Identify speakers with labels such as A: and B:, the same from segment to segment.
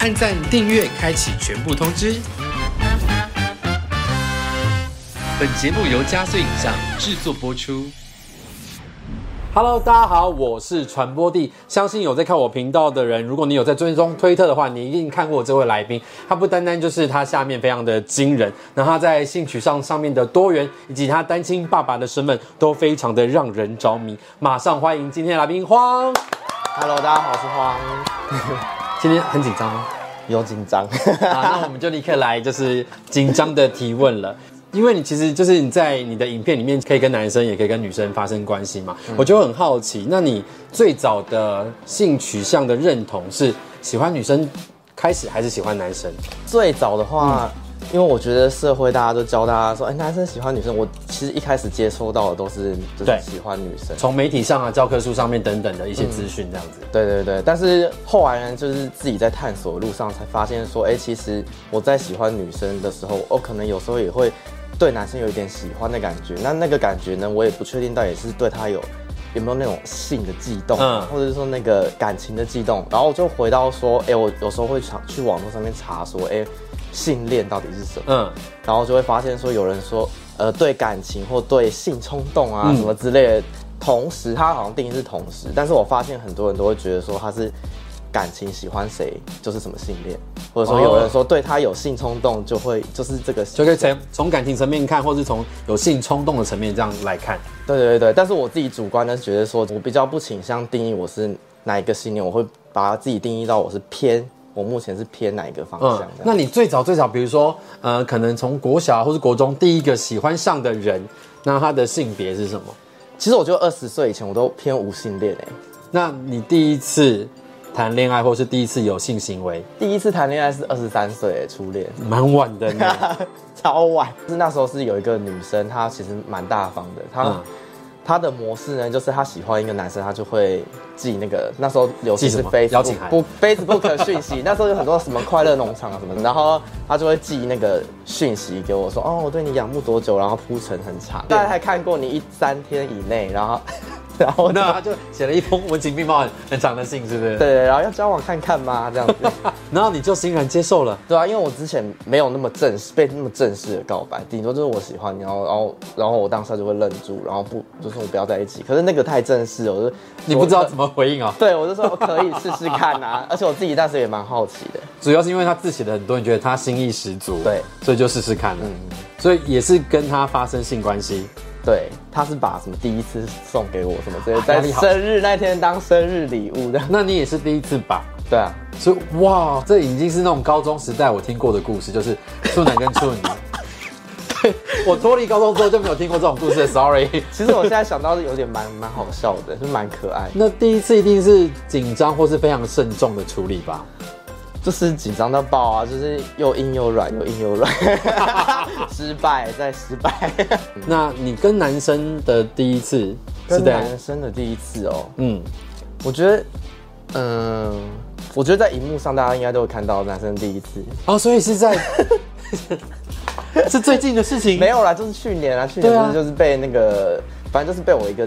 A: 按赞、订阅、开启全部通知。本节目由加速影像制作播出。Hello，大家好，我是传播帝。相信有在看我频道的人，如果你有在追踪推特的话，你一定看过这位来宾。他不单单就是他下面非常的惊人，然后他在性取向上面的多元，以及他单亲爸爸的身份，都非常的让人着迷。马上欢迎今天的来宾荒。
B: Hello，大家好，我是荒，
A: 今天很紧张哦吗？
B: 有紧张。
A: 好，那我们就立刻来就是紧张的提问了。因为你其实就是你在你的影片里面可以跟男生也可以跟女生发生关系嘛，我就很好奇，那你最早的性取向的认同是喜欢女生开始，还是喜欢男生？
B: 最早的话，因为我觉得社会大家都教大家说，哎、男生喜欢女生，我其实一开始接收到的都是就
A: 对
B: 是喜欢女生。
A: 从媒体上啊、教科书上面等等的一些资讯这样子。
B: 对对对，但是后来呢，就是自己在探索的路上才发现说，哎、其实我在喜欢女生的时候，我、可能有时候也会对男生有一点喜欢的感觉。那那个感觉呢，我也不确定到底是对他有有没有那种性的悸动，
A: 嗯
B: 或者是说那个感情的悸动。然后我就回到说，哎、我有时候会查去网络上面查说，哎、性恋到底是什么？
A: 嗯，
B: 然后就会发现说有人说，呃，对感情或对性冲动
A: 嗯
B: 啊什么之类的，同时他好像定义是同时，但是我发现很多人都会觉得说他是感情喜欢谁就是什么性恋，或者说
A: 哦
B: 有人说对他有性冲动就会就是这个
A: 就可以从从感情层面看，或是从有性冲动的层面这样来看。
B: 对对对对，但是我自己主观的觉得说，我比较不倾向定义我是哪一个性恋，我会把自己定义到我是偏。我目前是偏哪一个方向
A: 嗯
B: 这样？，
A: 那你最早最早，比如说呃，可能从国小或是国中第一个喜欢上的人，那他的性别是什么？
B: 其实我觉得二十岁以前我都偏无性恋哎、
A: 那你第一次谈恋爱，或是第一次有性行为，
B: 第一次谈恋爱是二十三岁哎初恋，
A: 蛮晚的 呢。
B: 超晚。是那时候是有一个女生，她其实蛮大方的，她、
A: 嗯
B: 她的模式呢，就是她喜欢一个男生，她就会寄那个那时候流行
A: 寄什
B: 是
A: 么
B: Facebook
A: 邀请函
B: 不 Facebook 讯息，那时候有很多什么快乐农场啊什么的，然后她就会寄那个讯息给我说，哦，我对你仰慕多久，然后铺陈很长，大概还看过你一三天以内，然后 然后呢
A: 那他就写了一封文情并茂很很长的信，是不是？
B: 对。对，然后要交往看看吗？这样子。
A: 然后你就欣然接受了。
B: 对啊，因为我之前没有那么正式被那么正式的告白，顶多就是我喜欢你，然后然后然后我当下就会愣住，然后不就说我不要在一起。可是那个太正式了，我就
A: 你不知道怎么回应哦，
B: 对我就说我可以试试 看啊，而且我自己当时也蛮好奇的。
A: 主要是因为他字写的很多，你觉得他心意十足，
B: 对，
A: 所以就试试看了，所以也是跟他发生性关系，
B: 对，他是把什么第一次送给我什么之类的，
A: 哎压
B: 在
A: 力好
B: 生日那天当生日礼物这样。
A: 那你也是第一次吧？
B: 对啊，
A: 所以哇，这已经是那种高中时代我听过的故事，就是处男跟 处女。对，我脱离高中之后就没有听过这种故事了，sorry。
B: 其实我现在想到是有点蛮蛮好笑的，就蛮可爱的，
A: 那第一次一定是紧张或是非常慎重的处理吧？
B: 就是紧张到爆啊，就是又硬又软，又硬 又软，失败再失败。
A: 那你跟男生的第一次是
B: 嗯跟
A: 在
B: 男生的第一次哦，
A: 嗯，
B: 我觉得，嗯、我觉得在荧幕上大家应该都有看到男生第一次，
A: 哦，所以是 在是最近的事情
B: 没有啦，就是去年啊，去年
A: 对
B: 不
A: 啊
B: 是就是被那个，反正就是被我一个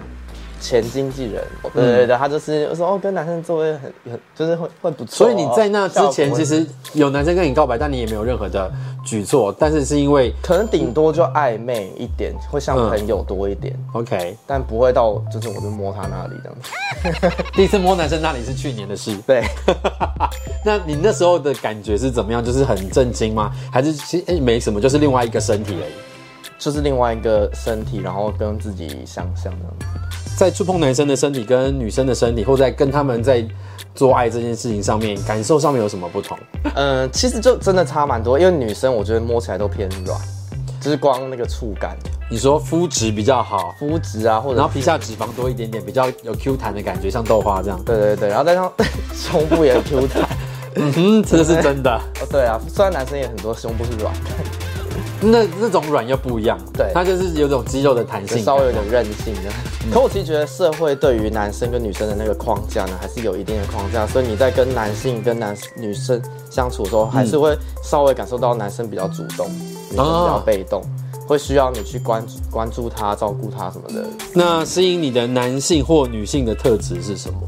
B: 前经纪人，
A: 嗯
B: 对对对，他就是说哦，跟男生做会很很，就是会会不错哦。
A: 所以你在那之前
B: 效果
A: 其实有男生跟你告白，但你也没有任何的举措，但是是因为
B: 可能顶多就暧昧一点，会像
A: 嗯
B: 朋友多一点，
A: OK
B: 但不会到就是我就摸他那里这样子。
A: 第一次摸男生那里是去年的事。
B: 对，
A: 那你那时候的感觉是怎么样？就是很震惊吗？还是其实、哎没什么，就是另外一个身体而已。
B: 就是另外一个身体，然后跟自己想象这样子。
A: 在触碰男生的身体跟女生的身体，或在跟他们在做爱这件事情上面，感受上面有什么不同？
B: 嗯，其实就真的差蛮多，因为女生我觉得摸起来都偏软，就是光那个触感、
A: 你说肤质比较好，
B: 肤质啊，或者
A: 然后皮下脂肪多一点点，比较有 Q 弹的感觉，像豆花这样。
B: 对对对，然后再加上 胸部也 Q 弹。
A: 嗯哼， 这是真的。
B: 哦，对啊，虽然男生也很多胸部是软的，
A: 那那种软又不一样，
B: 对
A: 它就是有种肌肉的弹
B: 就
A: 性。嗯
B: 稍微有点韧性的。可我其实觉得社会对于男生跟女生的那个框架呢，还是有一定的框架，所以你在跟男性跟男女生相处的时候，还
A: 嗯
B: 是会稍微感受到男生比较主动，女生比
A: 啊
B: 较被动，会需要你去关注关注他、照顾他什么的，
A: 那吸引你的男性或女性的特质是什么？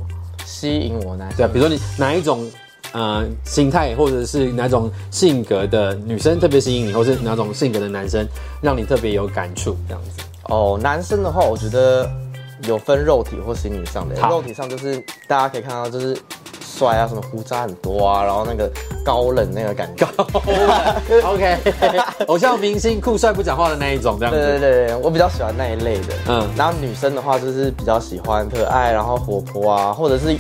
B: 吸引我男
A: 对
B: 生
A: 啊，比如说你哪一种呃心态或者是哪种性格的女生特别吸引你，或是哪种性格的男生让你特别有感触这样子？
B: 哦，男生的话，我觉得有分肉体或心理上的。
A: 好
B: 肉体上就是大家可以看到，就是帅啊，什么胡渣很多啊，然后那个高冷那个感觉。
A: OK，偶像明星酷帅不讲话的那一种这样
B: 对对
A: 子。
B: 对，对我比较喜欢那一类的。
A: 嗯
B: 嗯，然后女生的话就是比较喜欢可爱，然后活泼啊，或者是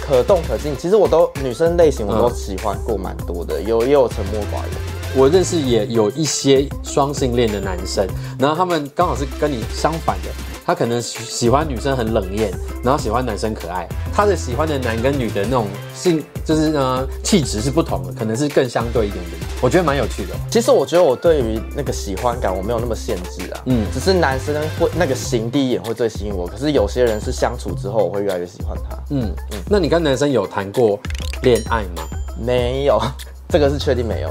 B: 可动可静。其实我都女生类型我都喜欢过蛮多的，有也有沉默寡言。
A: 我认识也有一些双性恋的男生，然后他们刚好是跟你相反的，他可能喜喜欢女生很冷艳，然后喜欢男生可爱。他的喜欢的男跟女的那种性，就是呢气质是不同的，可能是更相对一点点。我觉得蛮有趣的。
B: 其实我觉得我对于那个喜欢感我没有那么限制啊，
A: 嗯
B: 嗯，只是男生会那个型第一眼会最吸引我，可是有些人是相处之后我会越来越喜欢他。
A: 嗯，那你跟男生有谈过恋爱吗？
B: 没有， 这个是确定没有。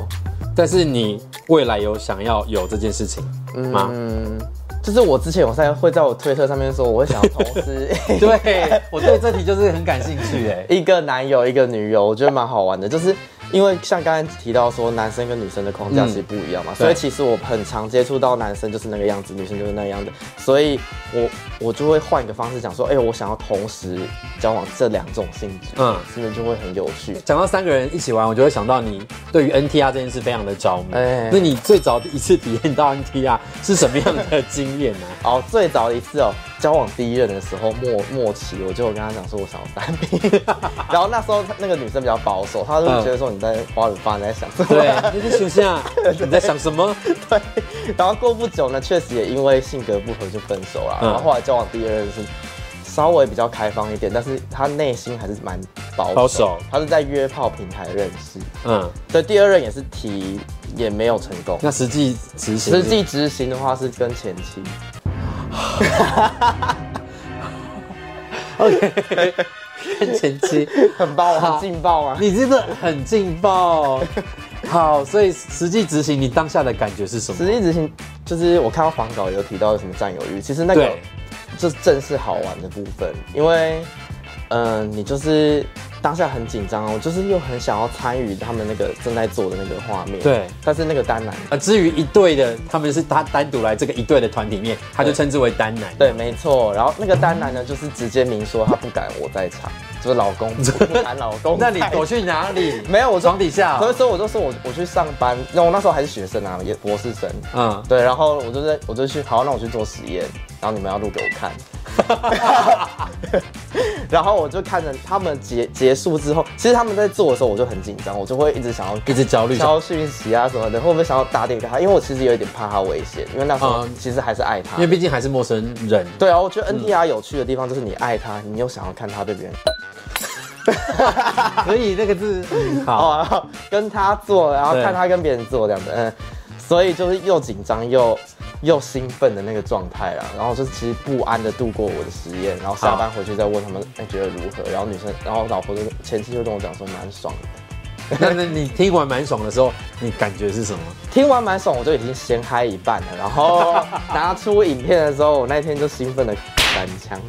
A: 但是你未来有想要有这件事情吗？
B: 嗯，就是我之前我在会在我推特上面说，我会想要同时
A: 对，我对这题就是很感兴趣哎。
B: 一个男友一个女友，我觉得蛮好玩的，就是。因为像刚才提到说，男生跟女生的框架其实不一样嘛，所以
A: 嗯对
B: 其实我很常接触到男生就是那个样子，女生就是那个样子，所以我我就会换一个方式讲说，哎、我想要同时交往这两种性质，
A: 嗯
B: 嗯，真的就会很有趣。
A: 讲到三个人一起玩，我就会想到你对于 NTR 这件事非常的着迷。
B: 哎
A: 那你最早一次体验到 NTR 是什么样的经验啊 呢、
B: 哦，最早一次哦，交往第一任的时候末末期，我就有跟他讲说我想要单兵， 然后那时候那个女生比较保守，她就
A: 嗯
B: 觉得说你在花里花你在想什么？
A: 对，你在想象你在想什么？
B: 对。然后过不久呢，确实也因为性格不合就分手了。
A: 嗯
B: 然后后来交往第二任是稍微比较开放一点，但是她内心还是蛮保守。
A: 保守
B: 她是在约炮平台认识，
A: 嗯，
B: 对，第二任也是提也没有成功。
A: 那实际执行
B: 实际执行的话是跟前妻，
A: OK，看前期，
B: 很爆，
A: 好
B: 很劲爆啊！
A: 你真的很劲爆。好，所以实际执行你当下的感觉是什么
B: 实？际执行就是我看到访稿有提到有什么占有欲，其实那个
A: 对
B: 这正是好玩的部分，因为嗯、呃你就是当下很紧张，我就是又很想要参与他们那个正在做的那个画面，
A: 对
B: 但是那个单男，
A: 啊，至于一队的，他们是他单独来这个一队的团体面，他就称之为单男。
B: 对，没错，然后那个单男呢，就是直接明说他不敢我在场，就是老公我不敢老公
A: 那
B: 在，
A: 你躲去哪里？
B: 没有我
A: 床底下
B: 所以
A: 哦。
B: 说我就说我我去上班，那我那时候还是学生啊，也博士生，
A: 嗯，
B: 对，然后我就在，我就去，好，那我去做实验，然后你们要录给我看。 然后我就看着他们结结束之后，其实他们在做的时候，我就很紧张，我就会一直想要
A: 一直焦虑。
B: 敲讯息啊什么的，会不会想要打电话给他？因为我其实有一点怕他危险，因为那时候
A: 嗯
B: 其实还是爱他
A: 因。为毕竟还是陌生人。
B: 对啊，我觉得 NTR 有趣的地方就是你爱他，你又想要看他被别人
A: 可以，那个字、嗯好。
B: 哦，然后跟他做，然后
A: 对
B: 看他跟别人做这样子，嗯，所以就是又紧张又又兴奋的那个状态啦，然后就是其实不安的度过我的实验，然后下班回去再问他们，哎、觉得如何？然后女生，然后老婆就前妻就跟我讲说蛮爽的，
A: 那那你听完蛮爽的时候，你感觉是什么？
B: 听完蛮爽，我就已经先嗨一半了，然后 拿出影片的时候，我那天就兴奋的三枪，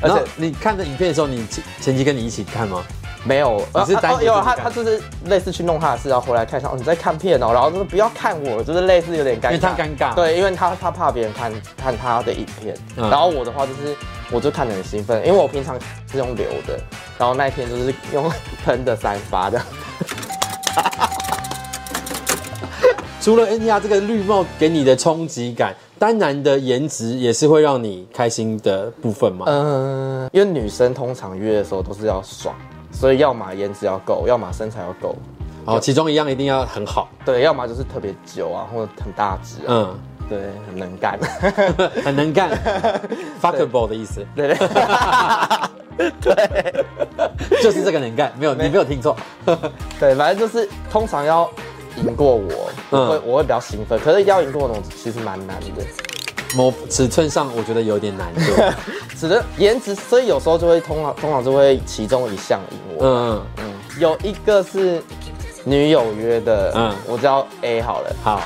B: 而
A: 然后
B: 且
A: 你看着影片的时候，你前前期跟你一起看吗？
B: 没有，
A: 你是单独
B: 哦有
A: 自己
B: 啊他
A: 看
B: 他就是类似去弄他的事，然后回来看一下，哦你在看片哦，然后就是不要看我，就是类似有点尴尬，
A: 因为他尴尬
B: 对，因为他他怕别人看看他的影片，
A: 嗯
B: 然后我的话就是我就看得很兴奋，因为我平常是用流的，然后那一天就是用喷的三发的，
A: 除了 NTR 这个绿帽给你的冲击感，单男的颜值也是会让你开心的部分吗？
B: 嗯、因为女生通常约的时候都是要爽，所以要么颜值要够，要么身材要够，
A: 哦，其中一样一定要很好。
B: 对，要么就是特别久啊，或者很大只啊，
A: 嗯，
B: 对，很能干。
A: 很能 干，fuckable 的意思，
B: 对对， 对
A: 就是这个能干，没有你没有听错。
B: 对，反正就是通常要赢过我，
A: 嗯
B: 我会我会比较兴奋，可是要赢过我其实蛮难的，
A: 某尺寸上，我觉得有点难度。
B: 只能颜值，所以有时候就会通常通常就会其中一项赢我。
A: 嗯，嗯
B: 嗯，有一个是女友约的，
A: 嗯
B: 嗯，我叫 A 好了，
A: 好，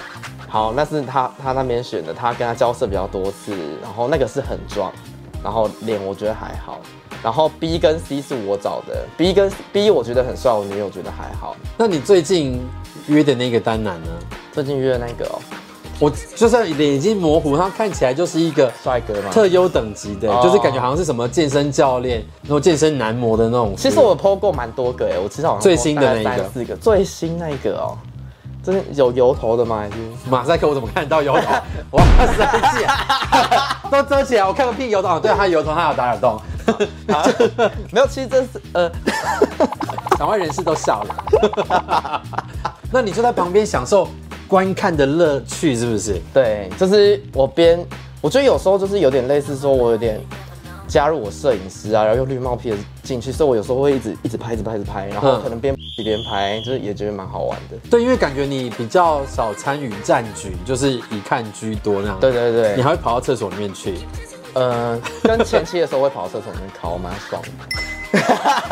B: 好，那是他他那边选的，他跟他交涉比较多次，然后那个是很壮，然后脸我觉得还好。然后 B 跟 C 是我找的，B 跟 B 我觉得很帅，我女友觉得还好。
A: 那你最近约的那个单男呢？
B: 最近约的那个哦，
A: 我就算脸已经模糊，他看起来就是一个
B: 帅哥吗？
A: 特优等级的，
B: 啊哦
A: 就是感觉好像是什么健身教练，然后健身男模的那种。
B: 其实我 PO 过蛮多个哎，我至少
A: 最新的那一个
B: 三四个，最新那一个哦，真的有油头的吗？还是
A: 马赛克我怎么看得到油头？ 我要生气啊， 都遮起来，我看个屁油头。哦对，他油头，他有打耳洞，
B: 啊 没有？其实这是呃，
A: 场外人士都笑了。 那你就在旁边享受观看的乐趣，是不是？
B: 对，就是我边，我觉得有时候就是有点类似说，我有点加入我摄影师啊，然后用绿帽皮进去，所以我有时候会一直一直拍，一直拍，一直拍，然后
A: 嗯
B: 可能边边拍，就是也觉得蛮好玩的。
A: 对，因为感觉你比较少参与战局，就是以看居多那样。
B: 对对
A: 你
B: 对，
A: 还会跑到厕所里面去。
B: 呃，跟前期的时候会跑到厕所里面烤，蛮爽的。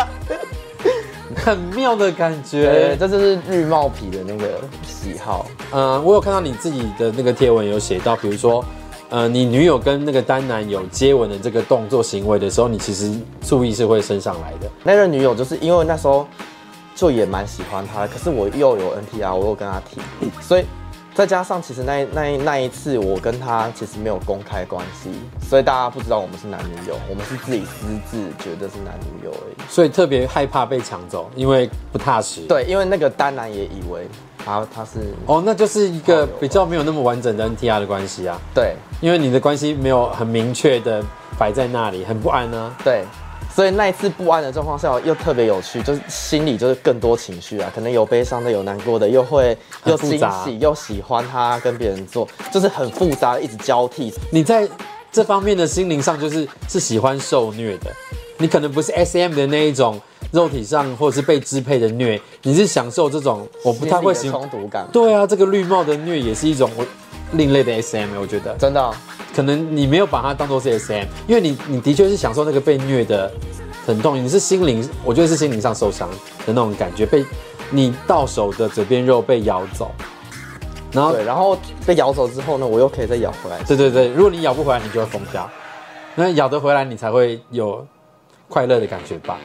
A: 很妙的感
B: 对，
A: 觉。
B: 这就是绿帽皮的那个喜好。
A: 嗯，我有看到你自己的那个贴文有写到，比如说，呃，你女友跟那个单男有接吻的这个动作行为的时候，你其实注意是会升上来的。
B: 那任女友就是因为那时候就也蛮喜欢他的，可是我又有 NTR，我又跟他提，所以再加上其实那那那一次我跟他其实没有公开关系，所以大家不知道我们是男女友，我们是自己私自觉得是男女友而已。
A: 所以特别害怕被抢走，因为不踏实。，
B: 对，因为那个丹南也以为他他是
A: 哦，那就是一个比较没有那么完整的 NTR 的关系啊，
B: 对
A: 因为你的关系没有很明确的摆在那里，很不安啊。
B: 对。所以那一次不安的状况下，又特别有趣，就是心里就是更多情绪啊，可能有悲伤的，有难过的，又会
A: 很
B: 又
A: 复
B: 惊
A: 杂
B: 喜，又喜欢他跟别人做，就是很复杂，一直交替。
A: 你在这方面的心灵上就是是喜欢受虐的，你可能不是 S M 的那一种肉体上或者是被支配的虐，你是享受这种我不太会形
B: 心理的冲突感，
A: 对啊，这个绿帽的虐也是一种我另类的 S M，我觉得
B: 真的哦、
A: 可能你没有把它当做是 S M，因为你你的确是享受那个被虐的疼痛，你是心灵，我觉得是心灵上受伤的那种感觉，被你到手的嘴边肉被咬走，然后
B: 对，然后被咬走之后呢，我又可以再咬回来。
A: 对对对，如果你咬不回来，你就会疯掉。那咬得回来，你才会有快乐的感觉吧？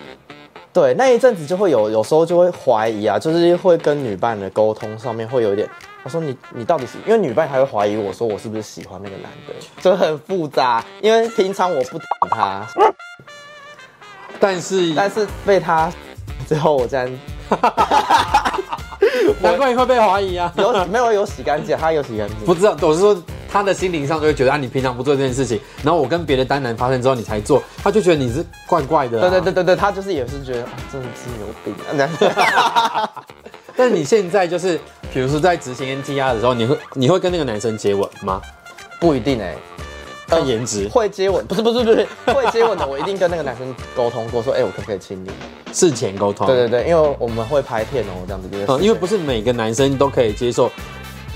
B: 对，那一阵子就会有，有时候就会怀疑啊，就是会跟女伴的沟通上面会有一点，他说你你到底是，因为女伴还会怀疑我说我是不是喜欢那个男的，就很复杂。因为平常我不懂他，
A: 但 是
B: 但是被他最后我竟然
A: 难怪你会被怀疑啊！
B: 有没有有洗干净，他有洗干净，
A: 不知道，我是说他的心灵上就会觉得啊，你平常不做这件事情，然后我跟别的单男发生之后你才做，他就觉得你是怪怪的、啊
B: 对啊对对。对对，他就是也是觉得啊，真的是有病啊这样。
A: 但你现在就是，比如说在执行 NTR 的时候，你会你会跟那个男生接吻吗？
B: 不一定哎、
A: 看颜值
B: 会接吻，不是不是不是，会接吻的，我一定跟那个男生沟通过，说，哎、我可不可以亲你？
A: 事前沟通。
B: 对对对，因为我们会拍片哦哦，这样子就是、
A: 嗯，因为不是每个男生都可以接受，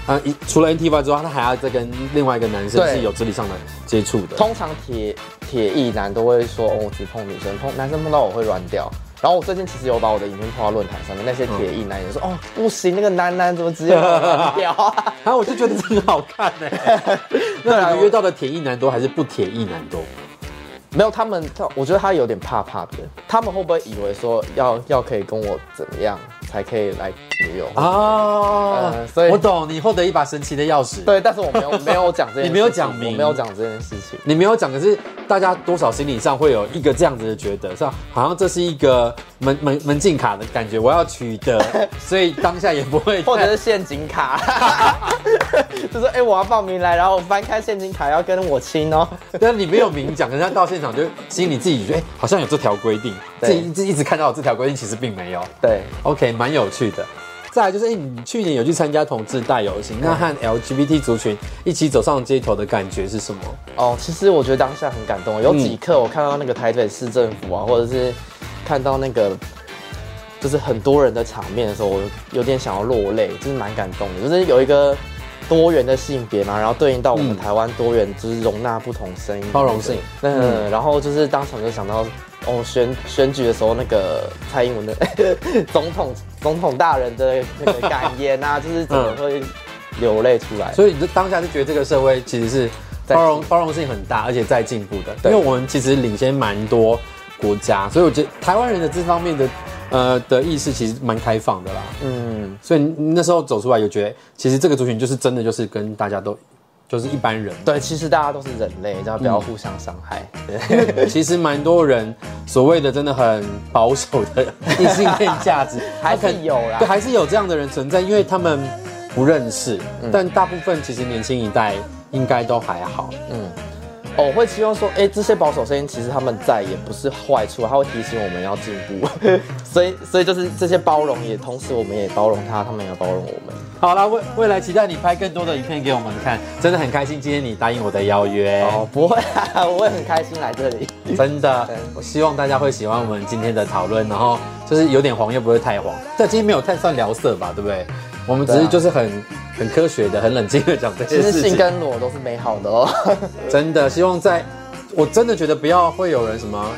A: 啊，一除了 NT 外之外，他还要再跟另外一个男生
B: 对
A: 是有肢体上的接触的。
B: 通常铁铁艺男都会说，哦，我只碰女生，碰男生碰到我会软掉。然后我最近其实有把我的影片抛到论坛上面，那些铁艺男也说，哦，不行，那个男男怎么直接把我软掉啊？
A: 然后我就觉得这很好看呢、 那你们约到的铁意男多还是不铁意男多？
B: 没有，他们，他我觉得他有点怕怕的，他们会不会以为说要要可以跟我怎么样才可以来女友？
A: 啊哦，
B: 呃所以
A: 我懂，你获得一把神奇的钥匙。，
B: 对，但是我没有没有讲这件事情，
A: 你没有讲明
B: 我没有讲这件事情。
A: 你没有讲，可是大家多少心理上会有一个这样子的觉得，像好像这是一个门门门禁卡的感觉，我要取得， 所以当下也不会
B: 或者
A: 太
B: 是陷阱卡， 就说哎、我要报名来，然后我翻开陷阱卡要跟我亲哦。
A: 但你没有明讲，可是他到现场就心里自己觉得，哎、好像有这条规定，自己
B: 对
A: 自己一直看到有这条规定，其实并没有。
B: 对，
A: OK，蛮有趣的。再来就是，哎、你去年有去参加同志大游行，那和 LGBT 族群一起走上街头的感觉是什么？
B: 哦，其实我觉得当下很感动，有几
A: 嗯
B: 刻我看到那个台北市政府啊，或者是看到那个就是很多人的场面的时候，我有点想要落泪，就是蛮感动的，就是有一个。多元的性别嘛，然后对应到我们
A: 嗯
B: 台湾多元，就是容纳不同声音，
A: 包容性
B: 那个。嗯，然后就是当场就想到，哦，选选举的时候，那个蔡英文的 总统总统大人的那个感 言啊，就是怎么会流泪出来？
A: 嗯所以你就当下就觉得这个社会其实是
B: 在
A: 包容
B: 进
A: 包容性很大，而且在进步的。因
B: 对
A: 为我们其实领先蛮多国家，所以我觉得台湾人的这方面的呃的意识其实蛮开放的啦。
B: 嗯，
A: 所以你那时候走出来，有觉得其实这个族群就是真的就是跟大家都就是一般人。
B: 对，其实大家都是人类，然后不要互相伤害。
A: 嗯
B: 对，
A: 其实蛮多人所谓的真的很保守的 异性恋价值，
B: 还
A: 他可
B: 是
A: 能
B: 有啦
A: 对，。还是有这样的人存在，因为他们不认识，
B: 嗯
A: 但大部分其实年轻一代应该都还好。
B: 哦我会希望说，哎、这些保守声音其实他们在也不是坏处，他会提醒我们要进步， 所以所以就是这些包容也，同时我们也包容他，他们也包容我们。
A: 好啦，未未来期待你拍更多的影片给我们看，真的很开心今天你答应我的邀约，
B: 哦，不会、啊， 我会很开心来这里。
A: 真的，我希望大家会喜欢我们今天的讨论，然后就是有点黄又不会太黄，但今天没有太算聊色吧，对不对？我们只是
B: 对啊
A: 就是很、很科学的、很冷静的讲这
B: 其
A: 些
B: 实
A: 事
B: 性
A: 情，
B: 跟裸都是美好的哦。
A: 真的希望在，我真的觉得不要会有人什么，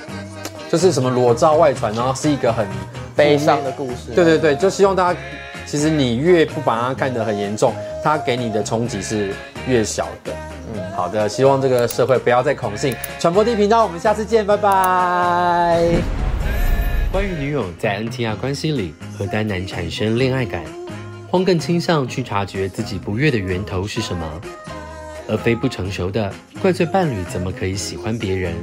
A: 就是什么裸照外传，然后是一个很
B: 悲伤的故事。啊
A: 对对对，就希望大家，其实你越不把它看得很严重，它给你的冲击是越小的。嗯，好的，希望这个社会不要再恐信。传播地频道，我们下次见，拜拜。关于女友在 NTR 关系里和单男产生恋爱感，荒更倾向去察觉自己不悦的源头是什么，而非不成熟的怪罪伴侣怎么可以喜欢别人。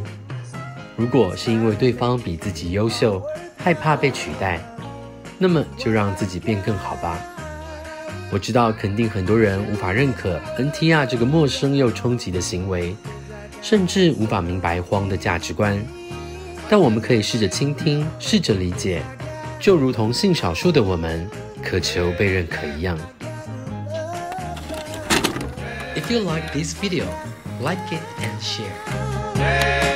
A: 如果是因为对方比自己优秀，害怕被取代，那么就让自己变更好吧。我知道肯定很多人无法认可 NTR 这个陌生又冲击的行为，甚至无法明白荒的价值观，但我们可以试着倾听，试着理解，就如同性少数的我们渴求被认可一样。If you like this video, like it and share.